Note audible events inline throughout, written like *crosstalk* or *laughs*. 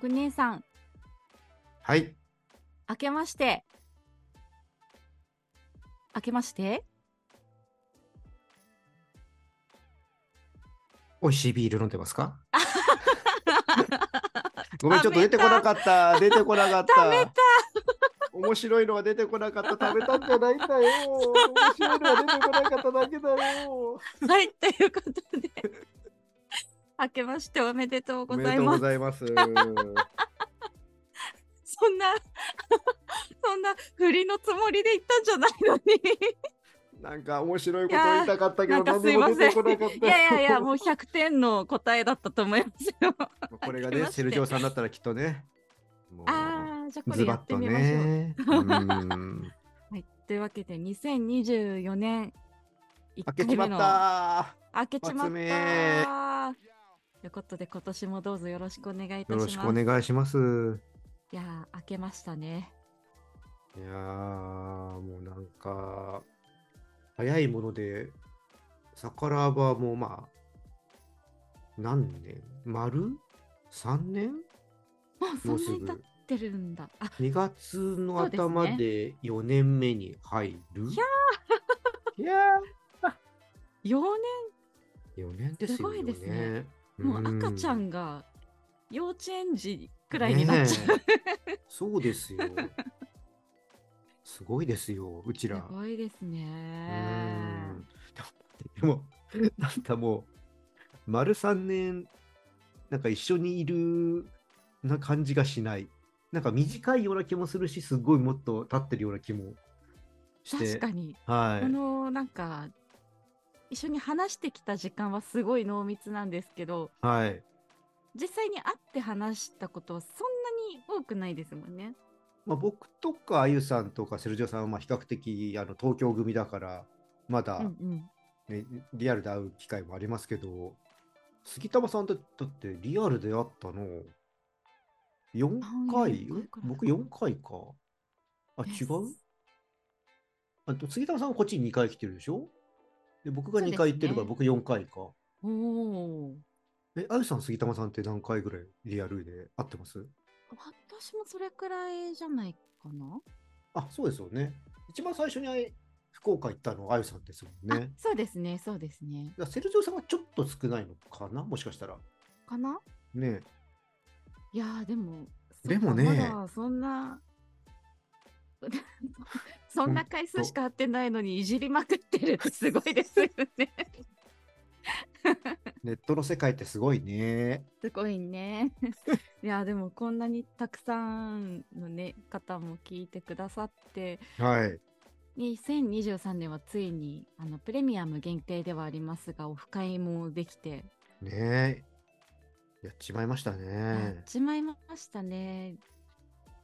グ姉さん、はい。明けまして。明けまして美味しいビール飲んでます *laughs* かごめん、ちょっと出てこなかった。出てこなかった。食べた面白いのは出てこなかった。食べたんじゃないんだよ。面白いのは出てこなかっただけだよ。はい、ということで。 *laughs* 明けましておめでとうおごめでざいとうまごす。ざいます。そんな、 *laughs* そんな振りのつもりで言ったんじゃないの *laughs* に。なんか面白いこと言いたかったけなんど、か何すいにまもせ出ん。てこなかったよいやいやい *laughs* や、もう100点の答えだったと思いますよ。これが明けねま、してセルジオさんだったらきっとね。もうああ、じゃあこれズやバっッてとみましょう。ね。うんはい、というわけで2024年開1け回目ちまっのた。開けちまった一発目ということで今年もどうぞよろしくお願いいたしよまろす。しくお願いします。いやー開けましたね。いやー、もうなんか、早いもので、サカラバもまあ、何年丸 ?3 年もうそんもうなすに経っぐ。てるんだ。あ2月のそうですね頭で4年目に入る。ひゃいや幼ー !4 年ですよね。すごいですねう年もう赤ちゃんが幼稚園児くらいになっちゃう。ねえそうですよ。すごいですよ、うちら。すごいですうね。ーんでも、でもなんかもう、丸3年、なんか一緒にいるな感じがしない。なんか短いような気もするし、すごいもっと経ってるような気もし確て。かに、はこい。のなんか一緒に話してきた時間はすごい濃密なんですけど、はい。実際に会って話したことはそんなに多くないですもんね。まあ、僕とか、あゆさんとか、セルジオさんはまあ比較的あの東京組だから、まだ、うんうん、ねリアルで会う機会もありますけど、杉玉さんってだってリアルで会ったの4回四回くらい僕4回か。あ、違うあと杉玉さんはこっちに2回来てるでしょで僕がそうですね2回行ってるから僕4回か。おおー。え、あゆさん、杉玉さんって何回ぐらいリアルで会ってます私もそれくらいじゃないかな。あ、そうですよね。一番最初にあい福岡行ったのはあゆさんですもんね。あそうですね、そうですね。だからセルジオさんはちょっと少ないのかなもしかしたら。かなねいやー、でも、そっかでもねまだそんな、そんな *laughs* 回数しか会ってないのにいじりまくってるってすごいですよね。ネットの世界ってすごいね。すごい *laughs* ね。いやー、でもこんなにたくさんのね、方も聞いてくださって、はい。 2023年はついにあのプレミアム限定ではありますがオフ会もできてねえ。やっちまいましたやねっ。ちまいましたね、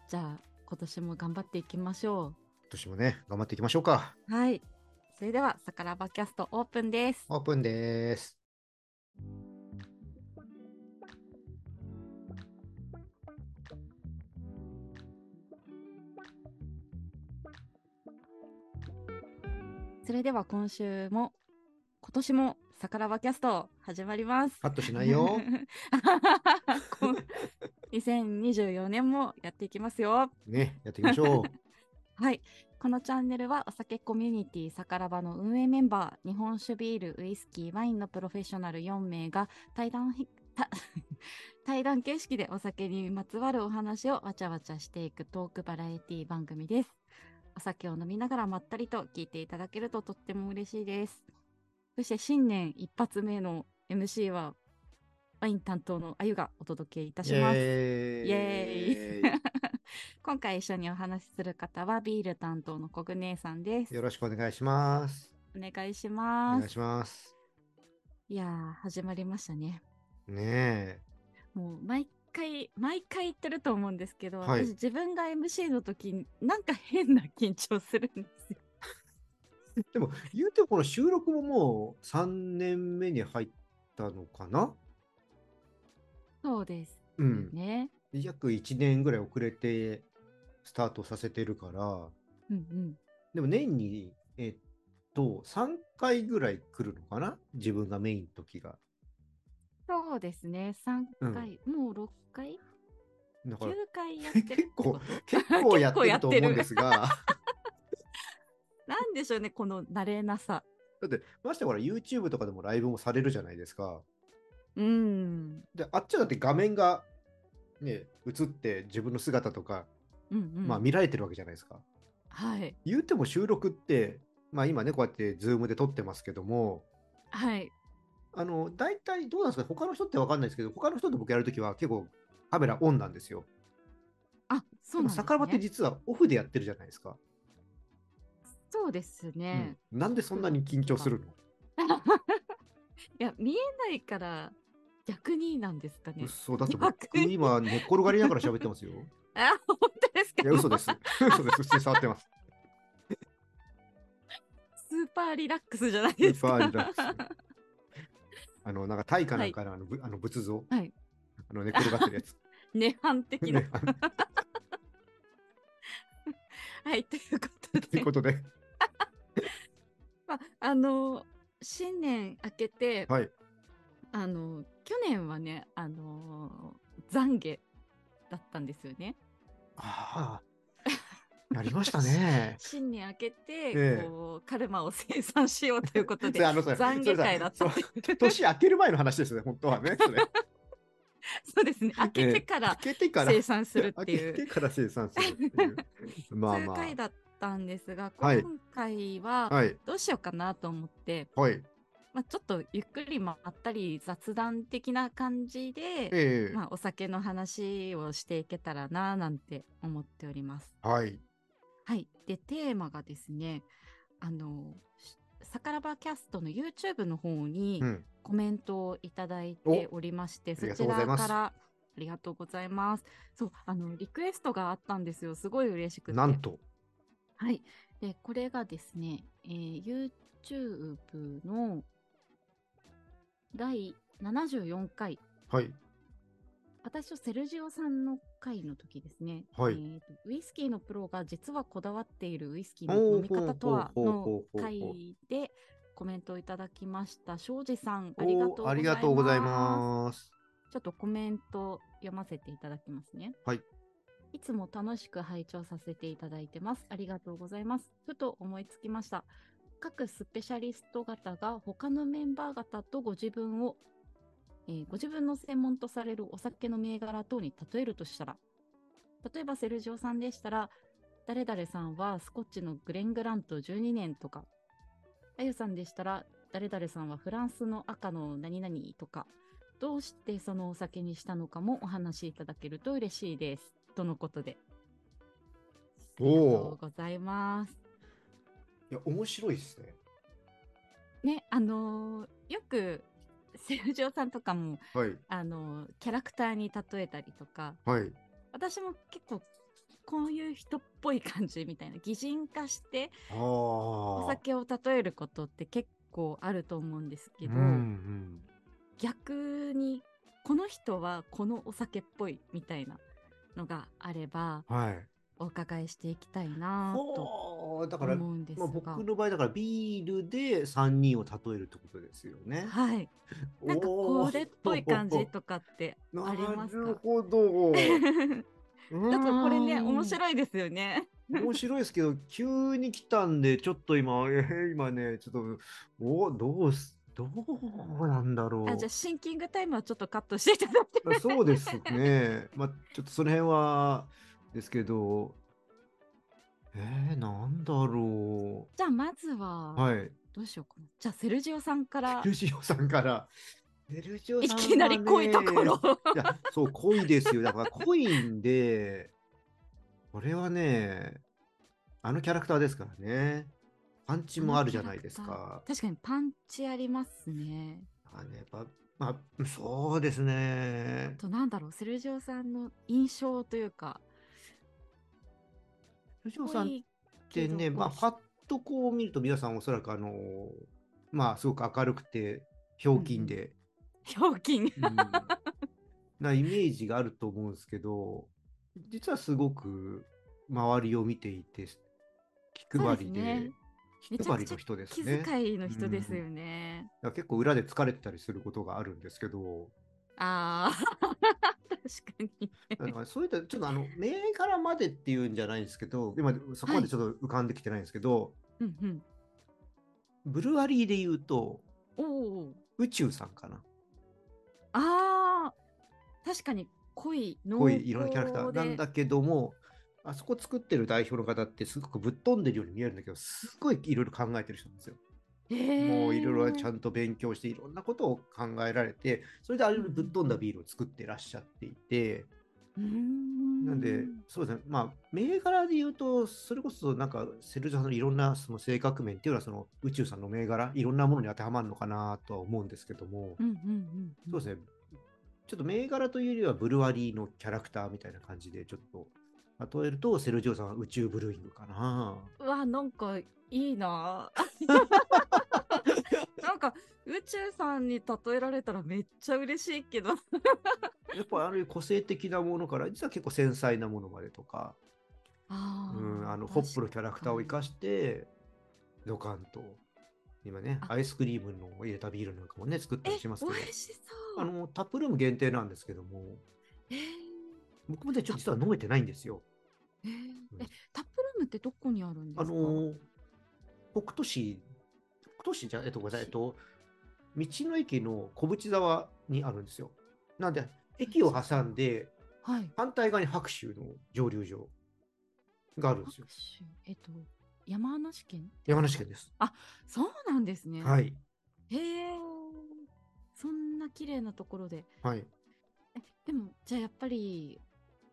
じゃあ今年も頑張っていきましょ今年もね、頑張っていきましょうか。うはいそれではさからばキャストオープンですオープンです。それでは今週も今年もさからばキャスト始まりますカットしない *laughs* よ。 *laughs* こ *laughs* ん2024年もやっていきますよね、やっていきましょはい。このチャンネルはお酒コミュニティさからばの運営メンバー、日本酒ビール、ウイスキー、ワインのプロフェッショナル4名が対談ひ、た *laughs* 対談形式でお酒にまつわるお話をわちゃわちゃしていくトークバラエティ番組です。お酒を飲みながらまったりと聞いていただけるととっても嬉しいです。そして新年一発目の MC はワイン担当のあゆがお届けいたう。します。エイエー今回一緒にお話しする方はビール担当のコグ姉さんですイ。よろしくお願いします。お願いしおま願いす。します。いやー、始まりましたね。ねもう毎回、毎回言ってると思うんですけど、はい私自分が MC の時、なんか変な緊張するんですよ。え。でも、言うてもこの収録ももう3年目に入ったのかな *laughs* そうですうん。ね。約1年ぐらい遅れてスタートさせてるから、うんうん。でも年に、えっと、3回ぐらい来るのかな自分がメインの時が。そうですね。3回、もう6回だか9ら回やってるってこと結構 *laughs* 結構やってる *laughs* と思うんですが、なんでしょうね、この慣れなさ。だって、ましてやほら YouTube とかでもライブもされるじゃないですか。うん。で、あっちはだって画面が、ね、映って自分の姿とか、うんうん、まあ見られてるわけじゃないですか。はい。言うても収録って、まあ今ね、こうやって Zoom で撮ってますけども、はい。あの、大体どうなんですか他の人ってわかんないですけど、他の人と僕やるときは結構カメラオンなんですよ。あ、そうなんです、ね。酒場って実はオフでやってるじゃないですか。そうですね、うんなんでそんなに緊張するのいや、見えないから逆になんですかね。嘘だって逆僕に今寝っ転がりながら喋ってますよ。あ、本当ですかいや、嘘です。嘘です。普通 *laughs* に触ってます。スーパーリラックスじゃないスでーすか。パーリラックス。あの、なんか大化なんかのあの,、ぶあの仏像、はいあの寝っ転がってる *laughs* やつ。涅槃的 *laughs* な。ねっはい、ということてで。ことで、まあ、あの新年明けて、はいあの去年はね、あの懺悔だったんですよね。。ああ、やりました *laughs* ね新年明けて、ええこうカルマを生産しようということで *laughs* それあのそれ懺悔会だったそれさそう年明ける前の話ですね、本当はね。それ *laughs* そうですね明けてから明けてから生産するっていう、明けてから生産するっていう。まそあういうま回だったんですが、はい今回はあ。はい。どうしようかなと思って、はい。まあ、ちょっとゆっくりまったり雑談的な感じで、ええまあ、お酒の話をしていけたらななんて思っております。はい。はい。で、テーマがですね、あの、しサカラバキャストの YouTube の方にうん。コメントをいただいておりまして、りそがとちうございらますから、ありがとうございます。そう、あの、リクエストがあったんですよ。すごい嬉しくて。なんと。はい。で、これがですね、えー YouTube の第74回、はい。私とセルジオさんの回の時ですね、はいえーとウイスキーのプロが実はこだわっているウイスキーの飲み方とはおーのほうほうほうほうほう回でコメントをいただきました。庄司さん、ありがとうございます。おーありがとうございます。ちょっとコメント読ませていただきますね。はい。いつも楽しく拝聴させていただいてます。ありがとうございます。ふと思いつきました。各スペシャリスト方が他のメンバー方とご自分を、えーご自分の専門とされるお酒の銘柄等に例えるとしたら、例えばセルジオさんでしたら、誰々さんはスコッチのグレングラント12年とか、あゆさんでしたら、誰々さんはフランスの赤の何々とか、どうしてそのお酒にしたのかもお話しいただけると嬉しいです。とのことで。あおりーがとうございます。いや、面白いですね。ね、あのーよく、セルジオさんとかも、はい。あのーキャラクターに例えたりとか、はい。私も結構、こういう人っぽい感じみたいな、擬人化してああ。おお酒を例えることって結構あると思うんですけど、うんうん、逆にこの人はこのお酒っぽいみたいなのがあればはい。お伺いしていきたいなぁとおーだから、ま思うんですあ、が、僕の場合、だからビールで3人を例えるってことですよね。はいなんかこれっぽい感じ *laughs* かとかってあなりまするかほど。 *laughs* ちちょょっとこれね面い。白いですよね面白いですけど、急に来たんで、ちょっと今、えー今ね、ちょっと、おどうす、どうなんだろう。あじゃあシンキングタイムはちょっとカットしていただいてそうですね。まあ、ちょっとその辺はですけど、えー、なんだろじゃあまずう。ははい。どうしようかな、じゃあセルジオさんからセルジオさんから。セルジオいさんはねきなり濃いところ。をいや、そう、濃いですよ。だから濃いんで、これはね、あのキャラクターですからね。パンチもあるじゃないですあのキャか。確かにパンチありますねあのやっぱ、まあ、そうですね。となんだろうセルジオさんの印象というかセルジオさんっでね、まあ、パはッとこう見ると、皆さんおそらく、あのーまあ、すごく明るくて、ひょうきんで、ひょうきん。うんなイメージがあると思うんですけど、実はすごく周りを見ていて、気配りで、そうですね気配りの人です気ね。だか遣いの人ですよね。 *laughs* ら結構裏で疲れてたりすることがあるんですけど、ああ、 *laughs* 確かに。だからそういった、ちょっとあの、銘柄までっていうんじゃないんですけど、今、そこまでちょっと浮かんできてないんですけど、うんうん。ブルワリーで言うと、おお。宇宙さんかな。ああ。確かに濃い濃濃厚で。いいろんなキャラクターなんだけども、あそこ作ってる代表の方ってすごくぶっ飛んでるように見えるんだけど、すごいいろいろ考えてる人なんですよ。もういろいろちゃと。んと勉強していろんなことを考えられて、それであれぶっ飛んだビールを作ってらっしゃっていて、うーんなんで、そうですね、まあ、銘柄で言うと、それこそなんか、セルジャーさんのいろんなその性格面っていうのは、その宇宙さんの銘柄、いろんなものに当てはまるのかなとは思うんですけども、うんうんうんうん。そうですね、ちょっと銘柄というよりは、ブルワリーのキャラクターみたいな感じで、ちょっと、例えると、セルジオさんは宇宙ブルーイングかな。うわ、なんかいいなあ。なんか宇宙さんに例えられたらめっちゃ嬉しいけど。 *laughs* やっぱある個性的なものから、実は結構繊細なものまでとか、あーうん、あのホップのキャラクターを生かして、ドカンと、今ね、あアイスクリームの入れたビールなんかもね、作ったりしますけえ、ど美、味しそう。あのタップルーム限定なんですけども、えー僕もね、ちょっと実は飲めてないんですよ。えーえタップルームってどこにあるんですかあの、北斗市、北斗市じゃ、えっと、ごめんなさい、えっと、道の駅の小淵沢にあるんですよ。なんで、駅を挟んで、はい。反対側に白州の蒸留所があるんですよ各。種えっと、山梨県山梨県です。そうなんですね。はい。へえ。そんな綺麗なところで。はい。えでも、じゃあやっぱり、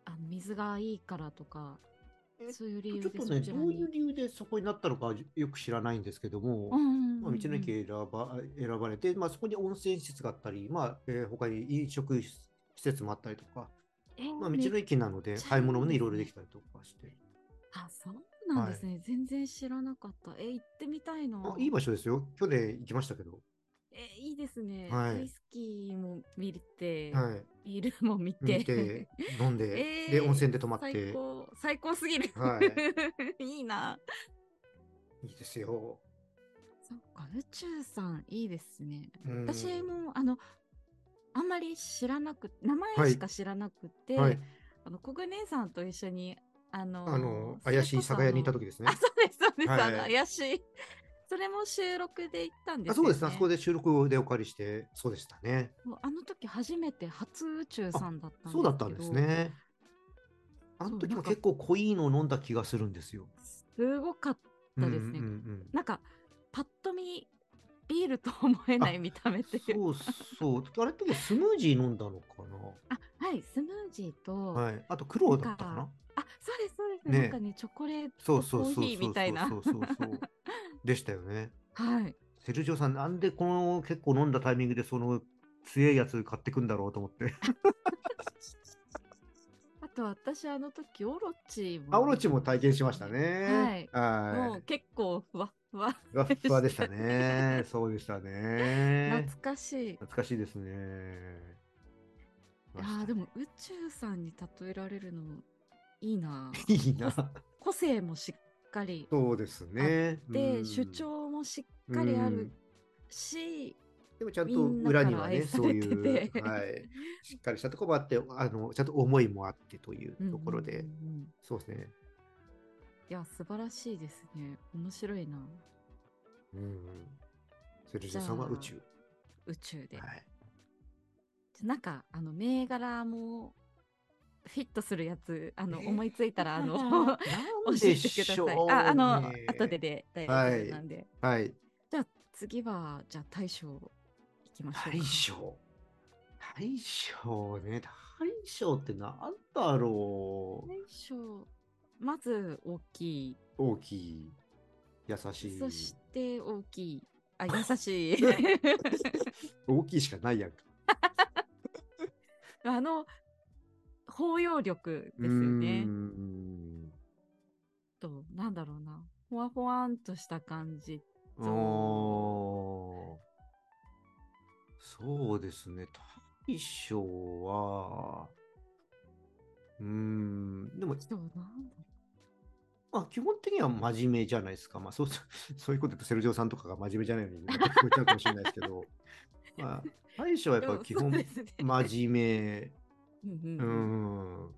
あの水がいいからとかえ、そういう理ちょ由っでとそね、ちどらういにう。理由でそこになったのかはよく知らないんですけども、うんうんまあ、道の駅選ば選ばれて、まあ、そこに温泉施設があったり、まあえー他に飲食施設もあったりとか、まあ、道の駅駅なのでめっちゃ買い物もね、いいいですねろいろできたりとかして、あ、そうなんですね、全然知らなかった。え、行ってみたいな。あいい場所ですよ、去年行きましたけど、え、いいですね。はいウイスキーも見て、はい、ビールも見て。見て、飲んで、 *laughs* えーで温泉で泊まっ最て、高最高すぎる、、はい *laughs* いないいですよ。そっか宇宙さんいいですね、うん私もあのあんまり知らなく名は前いしか知らなくて、はい、あの小久姉さんと一緒にあのあの怪しい酒屋にいた時ですねあ。そうですそうです、はいあの怪しいそれも収録で行ったんですあよ、ね、そうですね、あそこで収録でお借りして、そうでしたね。もうあの時初めて初宇宙さんだったんですけどそうだったんですね。あのそう時なもんか結構濃いのを飲んだ気がするんですよ。すごかったですね、う *laughs* んうんなんかパッと見ビールと思えない見たう目ん、というそうそう。あれってスムージー飲んだのかあはい、スムージーと、な。はい。あと苦労だったかな。なんあそうです、そうです、ねなんかね、チョコレーそトうそコうーそうヒそうーみたいな。そうそうそう。でしたよね。はい、セルジオさん、なんでこの結構飲んだタイミングでその強いやつ買ってくんだろうと思 *laughs* って。あと私、あの時オロチも。あオロチも体験しました。ね。もはう結構ふわっふわ、い。ふわっふわでしたね。 *laughs* そうでしたね。懐かしい。懐かしいですね。あーでも宇宙さんに例えられるのいいな。いいな。個性もしっかりそうですね。うで、ん主張もしっかりあるし、でもちゃんとみんな裏にはからね、愛さそうれいててう、はい、しっかりしたところもあって、あのちゃんと思いもあってといううんところで、うんうんうんそうですね。いや、素晴らしいですね。面白いな。うんうん。セルジオさんは宇宙。宇宙で。はい。なんかあの銘柄もフィットするやつあの思いついたらあの *laughs* 教 *laughs* なんえでてくださいああの後で。で大丈しょう、ね。。はい夫なんで。はい。じゃあ次はじゃあ大将いきましょうか。大将。大将ね。大将ってなんだろう。大将まず大きい大きい。優しい。そして大きいあ優しい *laughs* 大きいしかないやんか。あの包容力ですようーね。んとなんだろうなほわほわんとした感じ。そうおーそうですね。大将は、うーん、でも、そうなんだまあ、基本的には真面目じゃないですか。まあ、そう *laughs* そうそういうこと言うと、セルジオさんとかが真面目じゃないようになんか聞こえち *laughs* ゃうかもしれないですけど、まあ、大将はやっぱでも基そう本ですね真面目うんううんうんん。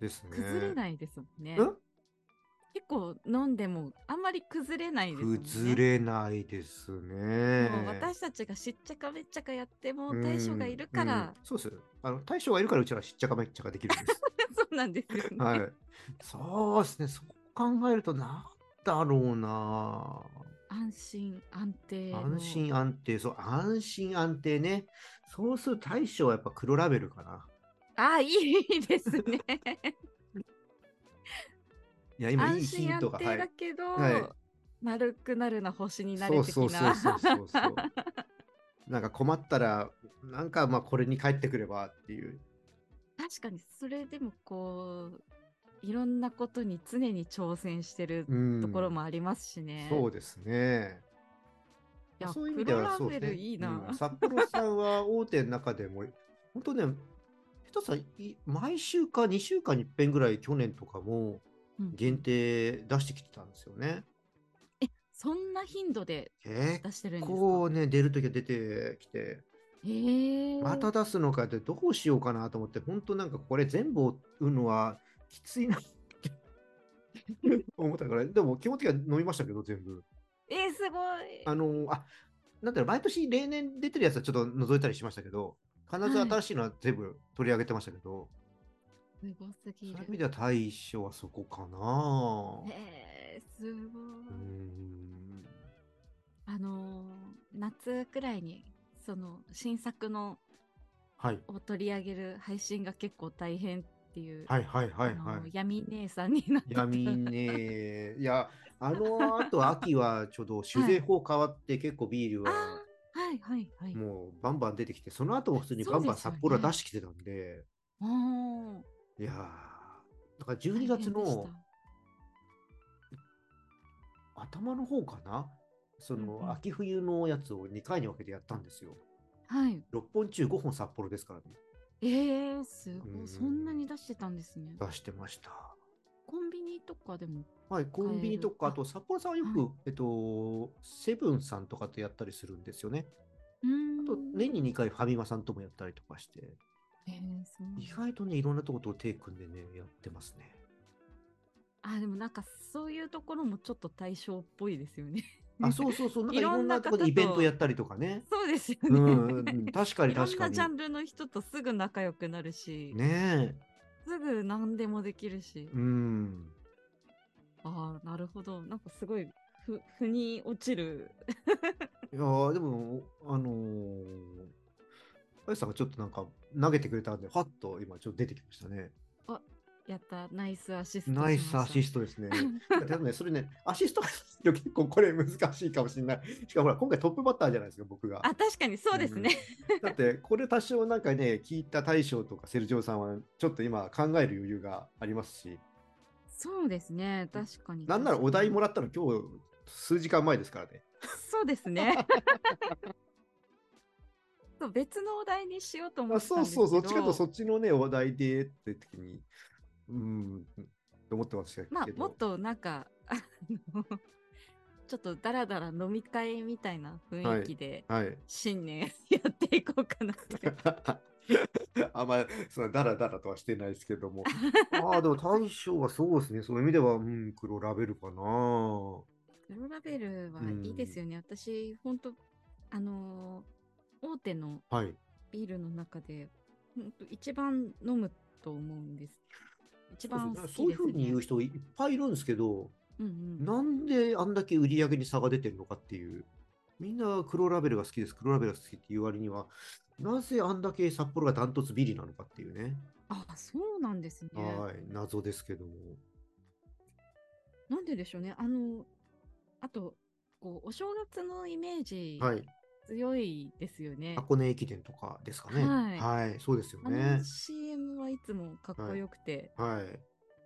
ですね。崩れないですもんね。ん結構飲んでもあんまり崩れないですもんね。崩れないですね。もう私たちがしっちゃかめっちゃかやっても対象がいるかうんうらん、そうです。あの対象がいるからうちらしっちゃかめっちゃかできるんです。 *laughs* そうなんですよね。はい。そうですね。そこ考えるとなんだろうな。安心安定の安心安定、そう、安心安定ね。そうすると対象はやっぱ黒ラベルかな。あいいですねいや、 *laughs* 今い安いヒ心ント安が。定だけど、はい丸くなるな星になそれう的そうそうなそうそうそう。なんか困ったら、なんかまあこれに帰ってくればっていう。確かにそれでもこういろんなことに常に挑戦してるうん、ところもありますしね、そういですね。やそういう意味で黒はラそうでベすね。ルいいな、うん札幌さんは大手の中でも、本当ね、下手さい毎週か2週間に一遍ぐらい去年とかもうん限定出してきてたんですよね。えそんな頻度で結出してるんですか構ね、出るときは出てきて、へえまた出すのかってどうしようかなと思って、本当なんかこれ全部売るのはきついなって *laughs* 思ったから、でも基本的には飲みましたけど、全部。えー、すごいあのあなんだろう、毎年例年出てるやつはちょっと覗いたりしましたけど、必ずはい新しいのは全部取り上げてましたけど、すごすぎそういうる意味では大将はそこかな。えー、すごうーいんあのー夏くらいにその新作のはいを取り上げる配信が結構大変っていう、はいはいはいあはのーい。闇姉さんになってた闇ね、い *laughs* や、あのあと秋はちょうど酒税法変わって結構ビールはあはいはいはいもうバンバン出てきて、その後も普通にバンバン札幌は出してきてたんで、おーいやー、だから12大変で月のした頭の方かなその、うんうん秋冬のやつを2回に分けてやったんですよ。はい6本中5本札幌ですからね。えー、すうごんいそんなに出してたんですね出してました。コンビニとかでもはい、コンビニと買えか、るあと札幌さんはよく、えっと、セブンさんとかとやったりするんですよね。うーんあと、年に2回ファミマさんともやったりとかして、えー、そうなんだ意外とね、いろんなとこと手組んでね、やってますね。あでもなんかそういうところもちょっと対象っぽいですよね *laughs* あ、そうそうそう、なんかいいろろんんななとこでイベントやったりとかね。そうです *laughs* よね、うん、うん確かにいろ確んかなにジャ。ンルの人とすぐ仲良くなるし、ねすぐ何でもできるしえ、、うん。ああ、なるほど。なんかすごい、ふ、腑に落ちる。いやーでも、あのー、あやさんがちょっとなんか投げてくれたんで、はっと今ちょっと出てきましたね。やった、ナイスアシストしました。ナイスアシス *laughs* トですね。でもね、それね、アシストが結構これ難しいかもしれない。しかもほら、今回トップバッターじゃないですか、僕が。あ、確かにそうですね。うん。だって、これ多少なんかね、聞いた大将とかセルジオさんは、ちょっと今考える余裕がありますし、そうですね。確かに。なんならお題もららったの今日、数時間前ですからね。そうです *laughs* ね。そう別のお題にしようと思あってたんそでうすけそど。う、そっちかとそっちのね、お題でって時に、うん、と思ってましたけど。まあ、もっとなんか、あの *laughs* ちょっとダラダラ飲み会みたいな雰囲気で、 *laughs* はい。新年やっていこうかな *laughs* って。あんまり、そのダラダラとはしてないですけ *laughs* ども。ああ、でも大将はそうですね。そういう意味では、うん、黒ラベルかな。黒ラベルはいいですよね。私、本当あのー大手のはい。ビールの中で、本当一番飲むと思うんです。一番好きです、ね。そういうふうに言う人いっぱいいるんですけど、うんうん。なんであんだけ売り上げに差が出てるのかっていう。みんな黒ラベルが好きです、黒ラベルが好きっていう割には、なぜあんだけ札幌がダントツビリなのかっていうね。あ、そうなんですね。はい、謎ですけども。なんででしょうね。あの、あと、こう、お正月のイメージはい。強いですよね。箱根駅伝とかですかね。はいはい、そうですよあねの。CM はいつもかっこよくてはい。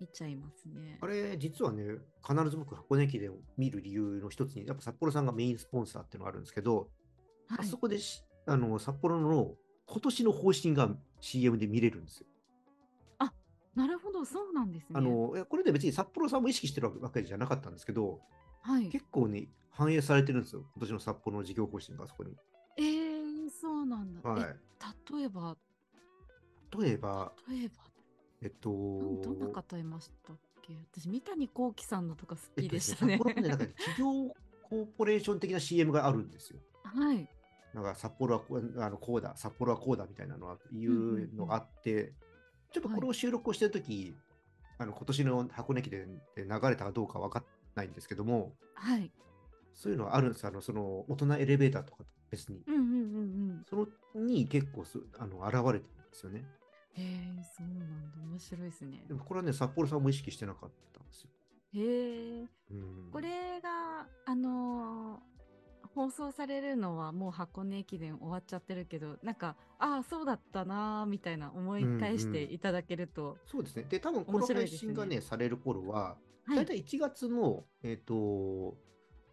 見ちゃいますね。あれ、実はね、必ず僕、箱根駅伝を見る理由の一つに、やっぱ札幌さんがメインスポンサーっていうのがあるんですけど、はいあそこでしあの札幌の今年の方針が CM で見れるんですよ。なるほど、そうなんですね。あのいやこれで別に札幌さんも意識してるわけじゃなかったんですけど、はい。結構ね、反映されてるんですよ、今年の札幌の事業方針があそこに。えー、そうなんだ。はえい、例えば、例えば、例えば、えっと、なんどんな方いましたっけ私、三谷幸喜さんのとか好きでしたねえっ。とね札幌のねなんかね企業コーポレーション的な CM があるんですよ。 *laughs* はい。なんか札幌はこうあのこうだ、札幌はこうだみたいなのはいうのがあって、ちょっとこれを収録をしてるとき、あの今年の箱根駅伝で流れたかどうか分かんないんですけども、はい。そういうのはあるんですあのその大人エレベーターとかと別に。うんうんうんうん。そのに結構すあの現れてるんですよね。へえ、そうなんだ。面白いですねで。もこれはね、札幌さんも意識してなかったんですよ。へえ。うんこれが、あのー放送されるのはもう箱根駅伝終わっちゃってるけど、なんか、ああ、そうだったなーみたいな思い返していただけると、そうですね。で、多分この面白い配ですね信がね、される頃は、は大い。体1月の、えっ、と、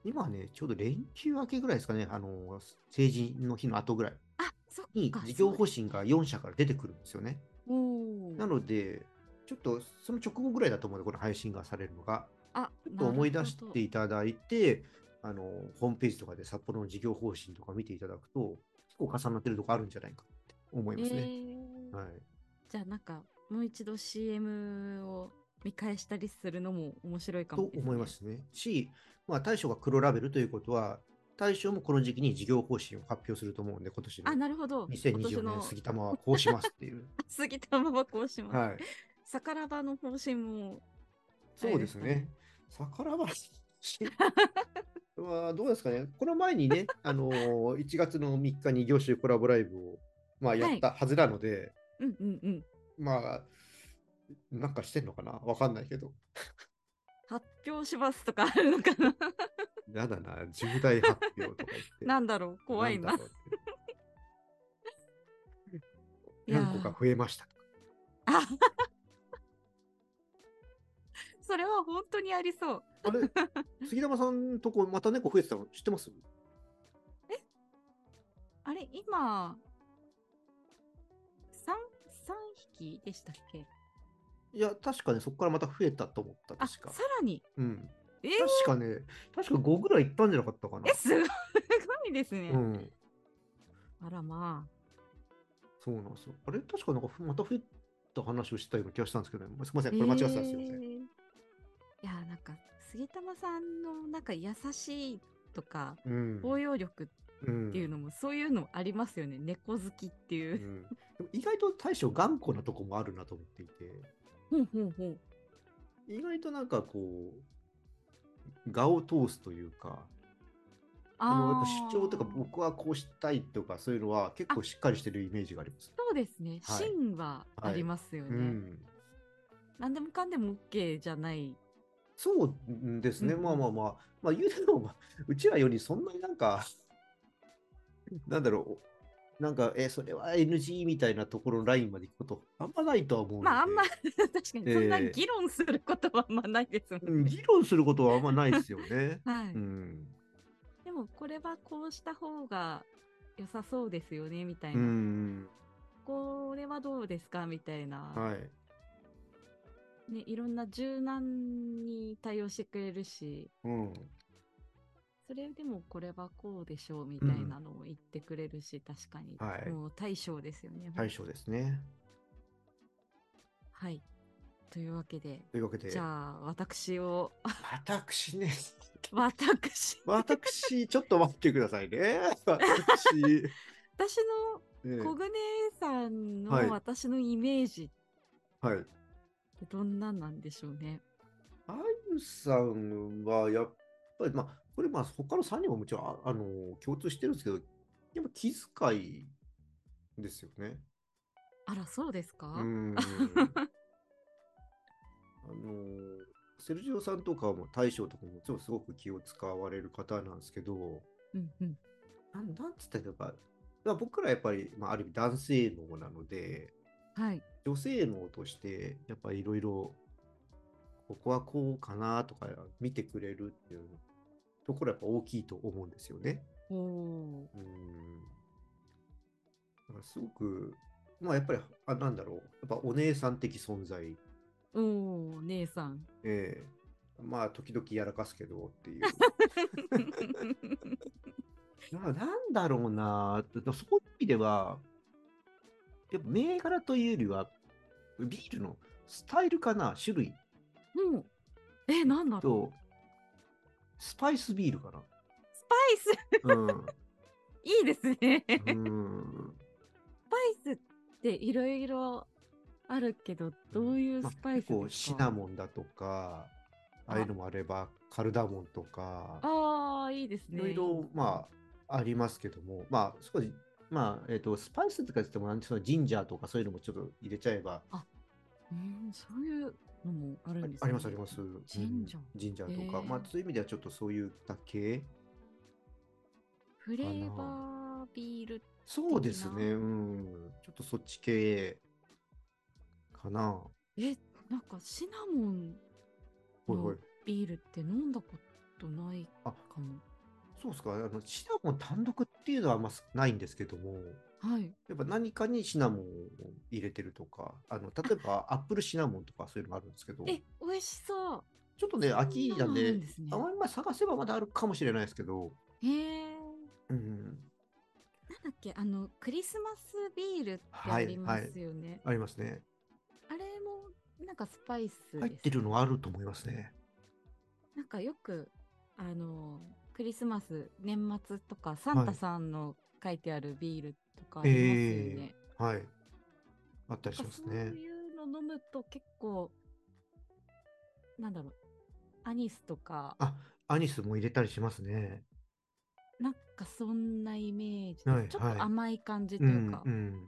今はね、ちょうど連休明けぐらいですかね、あの、成人の日の後ぐらいあ、そっか。に、事業方針が4社から出てくるんですよね。おーなので、ちょっとその直後ぐらいだと思うので、この配信がされるのが、あ、ちょっと思い出しなるほてどいただいて、あの、ホームページとかで札幌の事業方針とか見ていただくと、結構重なってるとこあるんじゃないかって思いますえね。ーはい。じゃあなんかもう一度 CM を見返したりするのも面白いかともですね、思いますね。し、まあ、大将が黒ラベルということは、大将もこの時期に事業方針を発表すると思うんで、今年あのなるほど今年2024の年杉玉はこうしますっ *laughs* ていう。杉玉はこうします、はい。逆らばの方針もそうですね。逆 *laughs* らわし。まあどうですかね。この前にね、あのー1月の3日に業種コラボライブを、まあ、やったはずなので、うんうんうんまあ、なんかしてんのかなわかんないけど。発表しますとかあるのかなやだな、重大発表とか言って。 *laughs* なんだろう怖いななんだろうっていやー何個か増えました。あそれは本当にありそうあ *laughs* れ、杉玉さんとこまた猫増えてたの知ってますあれ今三三匹でしたっけいや、確かね、そこからまた増えたと思った、あ確さか。らにうん。えー確かね、確か5ぐらい行ったんじゃなかったかなえ。すごいすごいですね、うん。あらまそうなんですよ。あれ、確かなんかふまた増えた話をしたような気がしたんですけど、ね、すみまあせん、これ間違ってたらすいません。えーいやーなんか杉玉さんのなんか優しいとかうん。包容力っていうの、のも、そういうのありますよね猫好きってういう、んでも意外と大将頑固なとこもあるなと思っていて、ほんほんほん意外となんかこう、画を通すというか、あのやっぱ主張とかあー僕はこうしたいとかそういうのは結構しっかりしてるイメージがあります。そうですねはい芯はありますようね、ん、何でもかんでも OK じゃないそうですね、うんまあまあまあ、まあ言うても、まあうちらよりそんなになんか、 *laughs* なんだろう、なんか、え、それは NG みたいなところのラインまで行くこと、あんまないとは思うので。まああん *laughs* ま確かにそんなえー議論することはあんまないですもうんんね、議論することはあんまないです *laughs* よね。はい、うん。でもこれはこうした方が良さそうですよねみたいうな、ん。これはどうですかみたいな、はい。いね、いろんな柔軟に対応してくれるしうん。それでもこれはこうでしょうみたいなのを言ってくれるし、確かに、はいもう対象ですよね。対象ですね。はいというわけでというわけでじ、ゃあ私を私ね、私私、ちょっと待ってくださ *laughs* いね。私。私ええの小暮さんのはい私のイメージはい。ってどんなんなんでしょうね。あゆさんはやっぱり、まあ、これ、まあ、他の3人ももちろんあ、あの共通してるんですけど、やっぱ気遣いですよね。あらそうですか、うーん。あの、セルジオさんとかも大将とかもいつもすごく気を使われる方なんですけど、うんうんなんなんつったらいいのか、まあ、僕らやっぱり、まあ、ある意味男性能なので、はい女性能としてやっぱいろいろここはこうかなとか見てくれるっていうところはやっぱ大きいと思うんですよね。おおうん。だからすごく、まあやっぱり、あなんだろう、やっぱお姉さん的存在、ーおー姉さ *laughs* ん。ええまあ時々やらかすけどっていう。まあなんだろうな、そういう意味では、やっぱ銘柄というよりは、ビールのスタイルかな、種類もう、え、なんだろう。と、スパイスビールかスパイス、 *laughs* な。うん。いいですね。うーんスパイスっていろいろあるけど、どういうまあスパイスですか、結構シナモンだとか、ああいうのもあれば、カルダモンとか、ああ、いいですいね。ろいろ、まあ、ありますけども、まあ、少し、まあ、えっ、と、スパイスとか言っても、なんていうのジンジャーとかそういうのもちょっと入れちゃえば、うん。そういうのもあるんです。あありますありますす。うんジンジャージンジャーとか、へーまあ、そういう意味ではちょっとそういった系。フレーバービール。そうですね、いいなうん。ちょっとそっち系かな。え、なんかシナモンほいほいうん。ビールって飲んだことないかも。そうですか、あのシナモン単独っていうのはあんまないんですけども、はい。やっぱ何かにシナモンを入れてるとか、あの例えばアップルシナモンとかそういうのがあるんですけど、え、美味しそう。ちょっとね、秋なそんなんのあるでん、ですねあんまりまあ探せばまだあるかもしれないですけど、へえ。うん、なんだっけ、あの、クリスマスビールってあはいりますよね。ありますね。あれも、なんかスパイスです、入ってるのはあると思いますね。なんかよく、あの、クリスマス、年末とか、サンタさんの書いてあるビールとかありますよね。はい。あったりしなんまかすそうね。いうの飲むと結構、なんだろう、アニスとか、あ、アニスも入れたりしますね。なんかそんなイメージです、はいちょっはいと甘い感じとういうんか、、うん。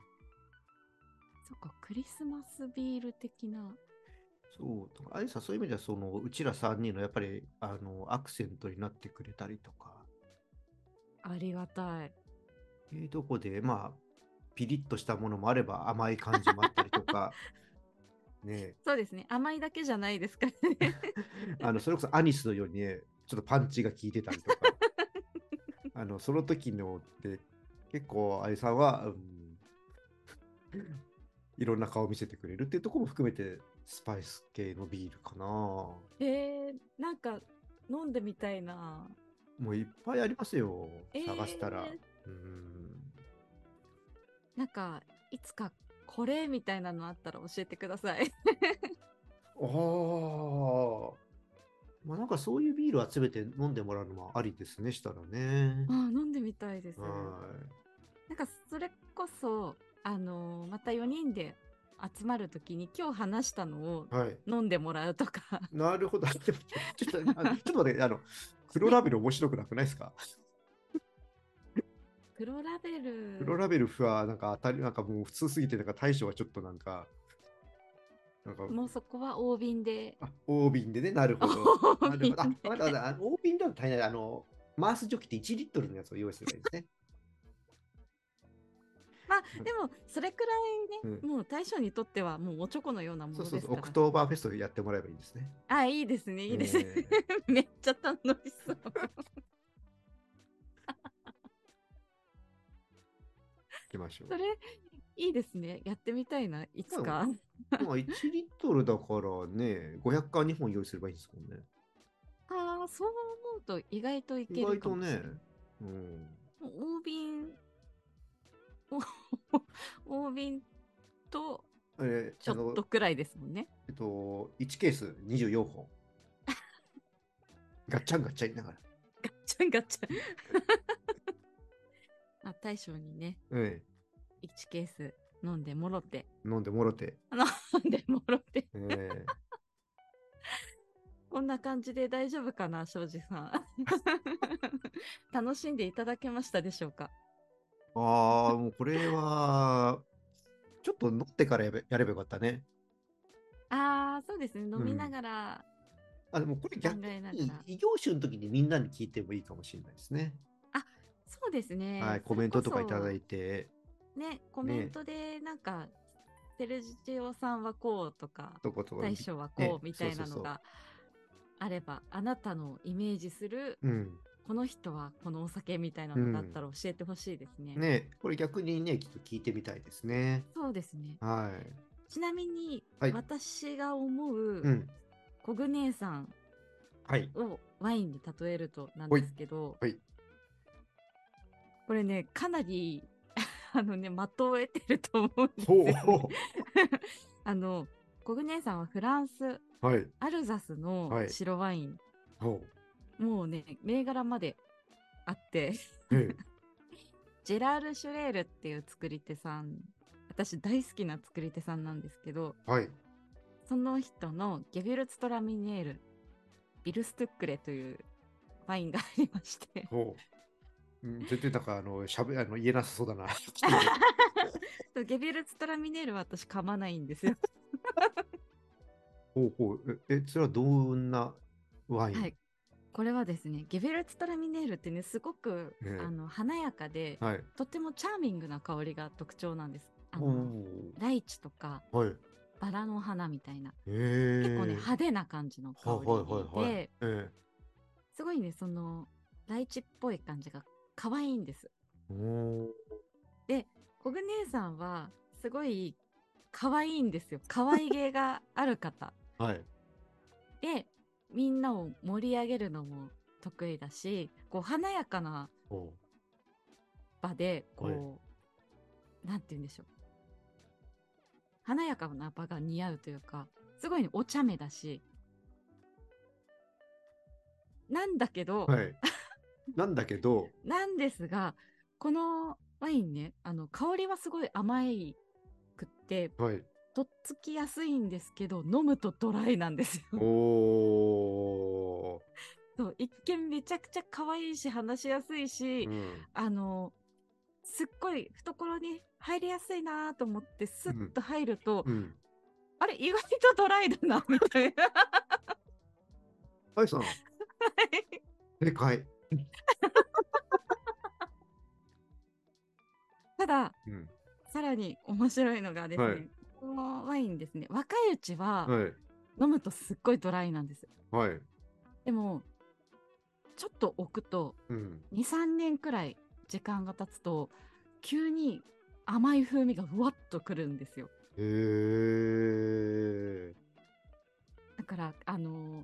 そっか、クリスマスビール的な。そう、だからアニスさん、そういう意味では、そのうちら3人のやっぱりあのアクセントになってくれたりとか、ありがたい。いうとこで、まあ、ピリッとしたものもあれば、甘い感じもあったりとか、ねそうですね。甘いだけじゃないですからね。えあのそれこそアニスのようにね、ちょっとパンチが効いてたりとか、あのその時のって、結構、アニさんは、うん、いろんな顔見せてくれるっていうところも含めて、スパイス系のビールかな。も *laughs* えー、なんか飲んでみたいな。ういっぱいありますよ、えー探したら。うんなんか、いつかこれみたいなのあったら教えてください。ああ。まあなんかそういうビール集めて飲んでもらうのもありですね、したらね *laughs* あ。ー飲んでみたいです。なはんか、それこそ、あのーまた4人で集まるときに今日話したのをい。はい。飲んでもらうとか。なるほど。 *laughs* でもちょっと、あ *laughs* のちょっと待って、あの、黒ラベル面白くなくないですか黒ラベル。黒ラベルはなんか当たり、なんかもう普通すぎて、なんか大将はちょっとなんか、なんか、もうそこは大瓶で。あ、大瓶でね、なる *laughs* ほど。大なる瓶ほど。あ、でわかったわかったあの大瓶では足りない。あの、マースジョッキって1リットルのやつを用意すればいいですね。まあでもそれくらいね、うもう大将にとってはもうおちょこのようなもそのうですそかうらそう、オクトーバーフェストやってもらえばいいですね。あいいですねいいです、ね。えー *laughs* めっちゃ楽しそう。行きましょうそ。れいいですねやってみたいないつか。まあ1リットルだからね、500缶2本用意すればいいんですもんね。ああそう思うと意外といけ意る外かともしれないね。、うん。もう大瓶お *laughs* 大瓶とあれ、ちあょのっと、くらいですもんね。えっと、1ケース24本。ガッチャンガッチャン言いながら。ガッチャンガッチャン。 *laughs* あ大将にねえ1ケース飲んでもろてえ、飲んでもろて。飲んでもろて。ええ *laughs* こんな感じで大丈夫かな、庄司さ *laughs* ん。楽しんでいただけましたでしょうか。ああ、もうこれは、ちょっと飲ってからやべやればよかったね。ああ、そうですね。飲みながら、あ、でもこれ逆考えながにら異業種の時にみんなに聞いてもいいかもしれないですね。そうですね。はい、コメントとかいただいて。てね、コメントで、なんか、セルジオさんはこうとか、とことか。大将はねこうみたいなそうそのうそうがあれば、あなたのイメージする、うん。この人はこのお酒みたいなのだったら教えてほしいですね。ねこれ逆にね、ちょっと聞いてみたいですね。そうですね。はちなみに、はい私が思い。うう、ん。コグ姉さんはい。をワインに例えるとなんですけど、はいはいこれねかなり *laughs* ああのね、的を得てると思うんですよほね、うほ *laughs* あの、コグネさんはフランス、う。はい。アルザスのはい白ワイン、ほもうね、銘柄まであって、 *laughs* う。ええ。ジェラール・シュレールっていう作り手さん、私大好きな作り手さんなんですけど、はい。その人のゲビュルツ・トラミネール、ビルストゥックレというワインがありまして、ほう。うん、全然なんかあのしゃべあの言えなさそうだな。 *laughs* そうゲビュルツ・トラミネールは私噛まないんですよ。ほうほう。え、えそれはどんなワイン、はいこれはですね、ゲビュルツ・トラミネールってね、すごく、ええあの華やかで、はい。とってもチャーミングな香りが特徴なんです。あおのお。ライチとかはい。バラの花みたいな、ええ結構ね、派手な感じの香りはいはいはいはで、えすごいね、そのライチっぽい感じが可愛いんです。え。おコグ姉さんはすごい可愛いんですよ。可愛げがある方お。はい。で、みんなを盛り上げるのも得意だし、こう華やかなおう場でこう、はなんて言うんでしょう華やかな場が似合うというかすごいねお茶目だしなんだけど、はい。なんだけど、なんですがこのワインねあの香りはすごい甘いくってはい。とっつきやすいんですけど飲むとドライなんですおよ。 *laughs* お。そう一見めちゃくちゃ可愛いし話しやすいし、うん。あの、すっごい懐に入りやすいなと思って、スッと入ると、うん。あれ、意外とドライだな、みたいな。 *laughs* *laughs* あいさん、正解。ただ、うん。さらに面白いのがですね、はいこのワインですね、若いうちははい。飲むとすっごいドライなんです。はい。でも、ちょっと置くと、うん。 2、3年くらい時間が経つと、急に甘い風味がふわっとくるんですよ。へえ。だから、あのー、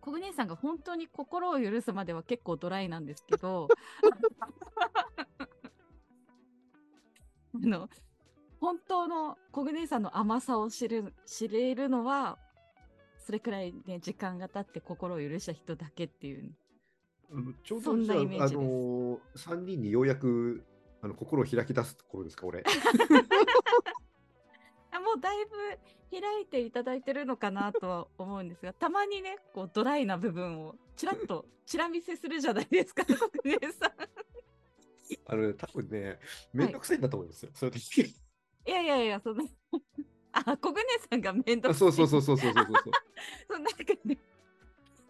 コグネさんが本当に心を許すまでは結構ドライなんですけど、あの、本当のコグネさんの甘さを知る、知れるのは、それくらいね、時間が経って心を許した人だけっていう。うんちょうそどんじなゃあ、あイメージですのー、3人にようやくあの心を開き出すところですか、 *laughs* 俺。あもうだいぶ開いていただいてるのかなとは思うんですが、たまにね、こうドライな部分をちらっと、ちら見せするじゃないですか、コグネさん。あの、多分ね、めんどくさいんだと思いますよ。そういう時いやいやいや、その、あ、コグネさんが面倒あくそうそうう。そうそうそうそうそう。 *laughs* そうなんかね、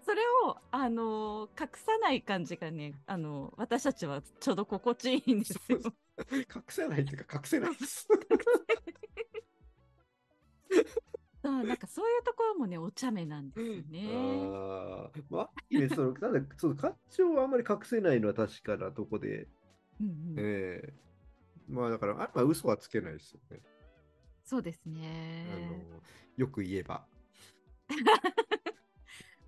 それを、あのー隠さない感じがね、あのー私たちはちょうど心地いいんですよ。そう隠せないっていうか、隠せな *laughs* いです。そうなんかそういうところもね、お茶目なんですよね。あーまあ、ね、その、ただ、その感情はあんまり隠せないのは確かなとこで、うんうん、ええまあ、だから、あんま嘘はつけないですよね。そうですあね。の、よく言えば。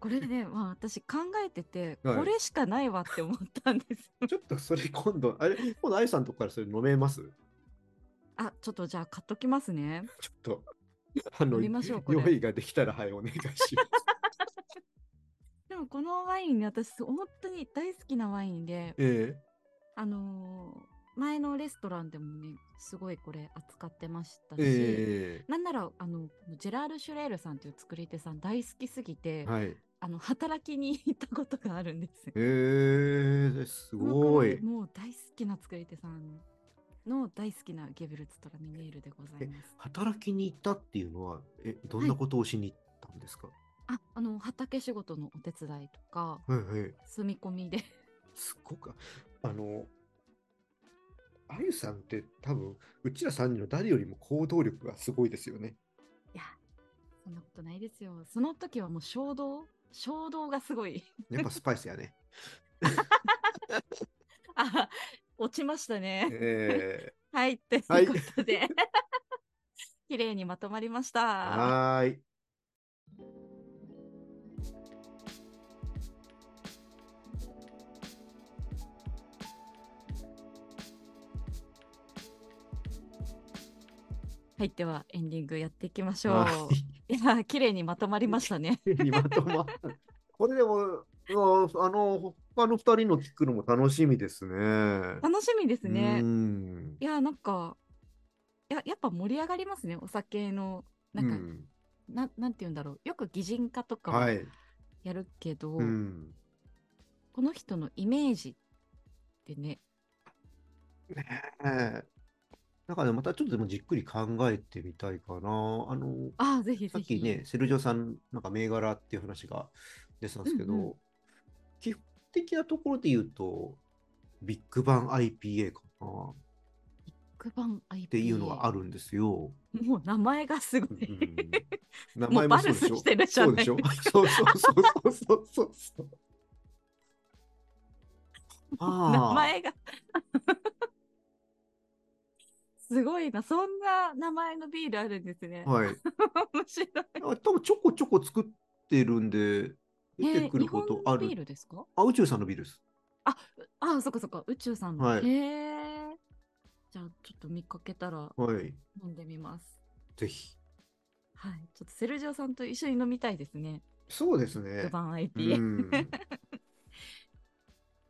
これね、まあ私考えてて、 *laughs* はいこれしかないわって思ったんです。ちょっとそれ今度、あれ、今度、あゆさんのとこからそれ飲めますあ、ちょっとじゃあ買っときますね。ちょっと、あの、飲みましょうこれ用意ができたら、はい、お願いします。でもこのワインね、私本当に大好きなワインで、 *laughs* えあのー前のレストランでもね、すごいこれ扱ってましたし、ええなんなら、あの、ジェラール・シュレールさんという作り手さん大好きすぎて、えはい。あの、働きに行ったことがあるんですよ。ええすごいそのくら。もう大好きな作り手さんの大好きなゲブルツ・トラミネールでございます。働きに行ったっていうのは、え、どんなことをしに行ったんですか、あ、あの、畑仕事のお手伝いとか、はい、はいはい住み込みで。 *laughs* すっごく、あの、あゆさんって多分、うちら3人の誰よりも行動力がすごいですよね。いや、そんなことないですよ。その時はもう衝動衝動がすごい。 *laughs* やっぱスパイスやね。あ、落ちましたね。えはい、というはいことで、 *laughs* 綺麗にまとまりました。ー、はーい。入ってはエンディングやっていきましょはう。いや、綺麗にまとまりました *laughs* ね。い。まとまった *laughs* これでも、うわあの、他の二人の聞くのも楽しみですね。楽しみですねう。んいや、なんか、いや、やっぱ盛り上がりますね、お酒の、なんか、うんななんて言うんだろう。よく擬人化とかは。はいやるけど、うん。この人のイメージってね、ええだからまたちょっとでもじっくり考えてみたいかな。あの、ああ、ぜひさぜっひ。きね、セルジョさん、なんか銘柄っていう話が出てたんですけど、うんうん基本的なところで言うと、ビッグバン IPA かなっ黒板 IPA っていうのがあるんですよ。もう名前がすごうい。ん、名 *laughs* もう前もバそうルでスしょしてるじゃそうなでいしょそうそうそうそうそう *laughs* そう。あ名あ前が *laughs* すごいなそんな名前のビールあるんですね、はい。面白いあ多分ちょこちょこ作ってるんで、出てくることえあー日本のるビールですかあ、宇宙さんのビールです。あそっかそっか宇宙さんの、はいへえじゃあちょっと見かけたらはい。飲んでみますぜひ。はいちょっとセルジオさんと一緒に飲みたいですねそうですね5。番う IP、いん。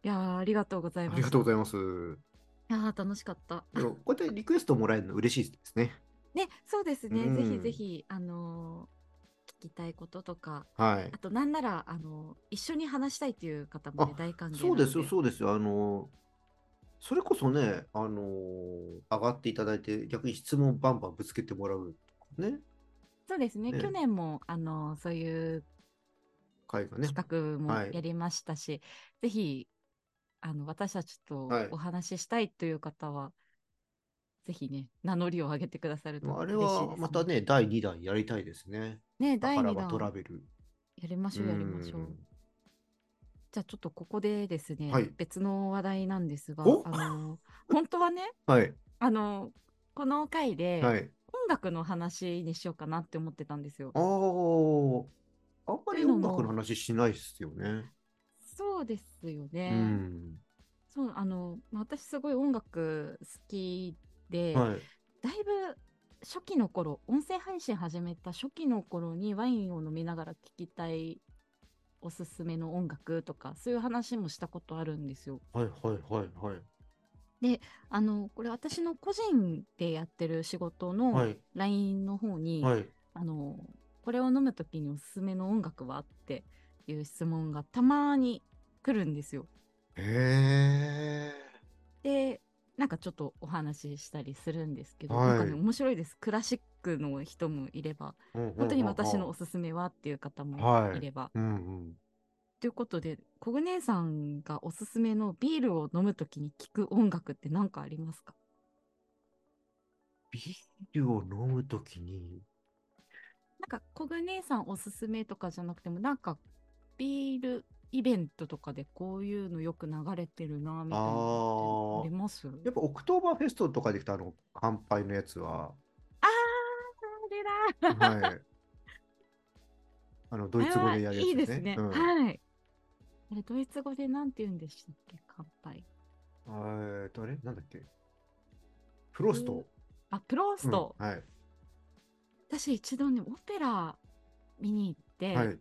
やーありがとうございあまりすがとうございいます。やー楽しかったでもこうやってリクエストもらえるの嬉しいですね。ねそうですね、うんぜひぜひあのー聞きたいこととかはいあ。となんならあの一緒に話したいっていう方も、ね、大歓迎なそのうですよ、そうですよ。あの、それこそね、あの、上がっていただいて、逆に質問バンバンぶつけてもらうとかね、そうですねね去年もあのそういう会がね。企画もはいやりましたし、ぜひあの私たちとはいお話ししたいという方は、ぜひね名乗りを上げてくださるとまああれ嬉しいです、ねは、またね、第2弾やりたいですね。ねだ第から2はトラ弾ベル。やりましょうやりましょううんじゃあちょっとここでですね、はい別の話題なんですがおあの本当はねはい。あのこの回で、はい。音楽の話にしようかなって思ってたんですよあ。ーあんまりというの音も楽の話しないですよね。そうですようね。ん。そうあのまあ私すごい音楽好きで、はい。だいぶ初期の頃音声配信始めた初期の頃にワインを飲みながら聴きたいおすすめの音楽とかそういう話もしたことあるんですよ。はいはいはいはい。あのこれ私の個人でやってる仕事のい。 LINE の方に、はい。あのこれを飲むときにおすすめの音楽はっていう質問がたまに来るんですよ。へでなんかちょっとお話ししたりするんですけど、はいなんかね面白いですクラシックの人もいればえ。本本当に私のお。すすめはっていう方もはいいれば。うんうん。ということでコグ姉さんがおすすめのビールを飲むときに聴く音楽って何かありますかビールを飲むときに、なんかコグ姉さんおすすめとかじゃなくてもなんかビールイベントとかでこういうのよく流れてるなみたいなのってありますやっぱオクトーバーフェストとかできたあの乾杯のや *laughs* つは、あれだはい。あのドイツ語でやあるやつれはいいですね。うんはい。あれドイツ語でなんて言うんでしたっけ乾杯。えーっと、あれなんだっけフロスト。あ、プロースト。うんはい。私一度ね、オペラ見に行って、はい。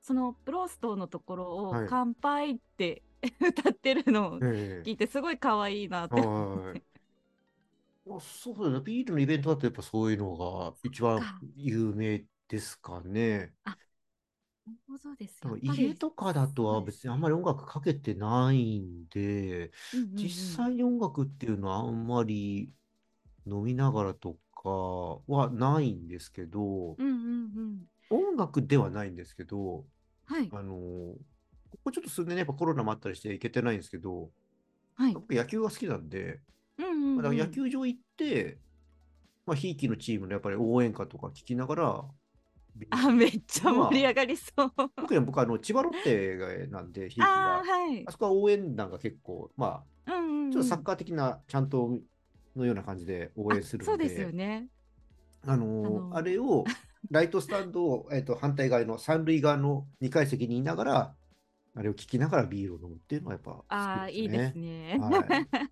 そのプローストのところをはい乾杯って歌ってるのをえ *laughs* え聞いて、すごい可愛いなって。はい。まあ、そうだね。ビールのイベントだとやっぱそういうのが一番そっか有名ですかね。そうです多よ分家とかだとは別にあんまり音楽かけてないんで、実、際に音楽っていうのはあんまり飲みながらとかはないんですけど、うんうんうん音楽ではないんですけど、うんうんうん。はい。あのここちょっと数年ねやっぱコロナもあったりして行けてないんですけど、はい。僕野球が好きなんで、うんうん、うん。まあだから野球場行って、まあ、ひいきのチームのやっぱり応援歌とか聞きながら、ビーあ、めっちゃ盛り上がりそう。特に僕、あの千葉ロッテがなんで、ひいきあー、。がはいあ。そこは応援団が結構、まうんうんうあ、ん。ちょっとサッカー的な、ちゃんとのような感じで応援するあんで、そうですよね。あのーあのーあれを、ライトスタンドを、えっと反対側の三塁側の2階席にいながら、あれを聞きながらビールを飲むっていうのはやっぱ好きああ、いいですね。はい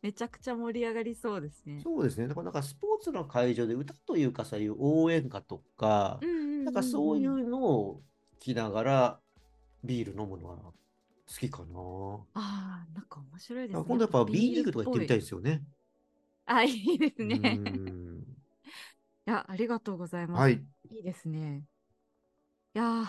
めちゃくちゃ盛り上がりそうです *laughs* ね。そうですね。だからなんかスポーツの会場で歌というか、そういう応援歌とか、なんかそういうん。うのを聞きながらビール飲むのは好きかな。ああ、なんか面白いですあね。今度やっぱ B リーグとか行ってみたいい。ですよね。あ、いいですね。ういんや、ありがとうございます。、はいい。いですね。いやー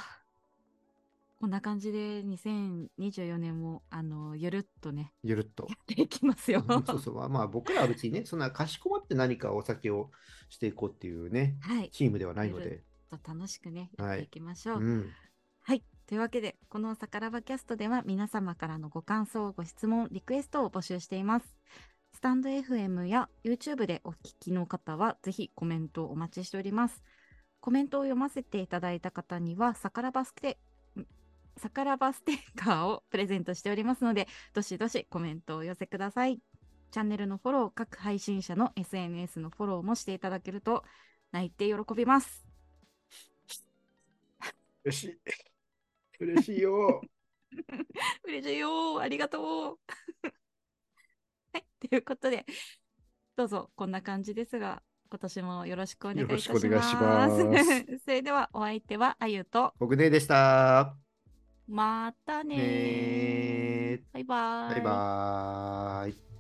こんな感じで2024年も、あの、ゆるっとね、ゆるっ *laughs* と。できますよ。うんそうそう。まあまあ僕らは別にね、そんなかしこまって何かお酒をしていこうっていうね、はい。ちチームではないのゆで。ょっと楽しくね、やはいっていきましょう。うん。はい。というわけで、このさからばキャストでは皆様からのご感想、ご質問、リクエストを募集しています。スタンド FM や YouTube でお聞きの方は、ぜひコメントをお待ちしております。コメントを読ませていただいた方には、さからばステ、んさからばステッカーをプレゼントしておりますので、どしどしコメントをお寄せください。チャンネルのフォロー、各配信者の SNS のフォローもしていただけると、泣いて喜びます。嬉しい。嬉し *laughs* いよ。嬉しいよーありがとう *laughs* はい、ということで、どうぞこんな感じですが、今年もよろしくお願いいたします。よろしくお願いしま *laughs* それではお相手はあゆと、僕ねでした。またねーねーバイバーバイバーイ。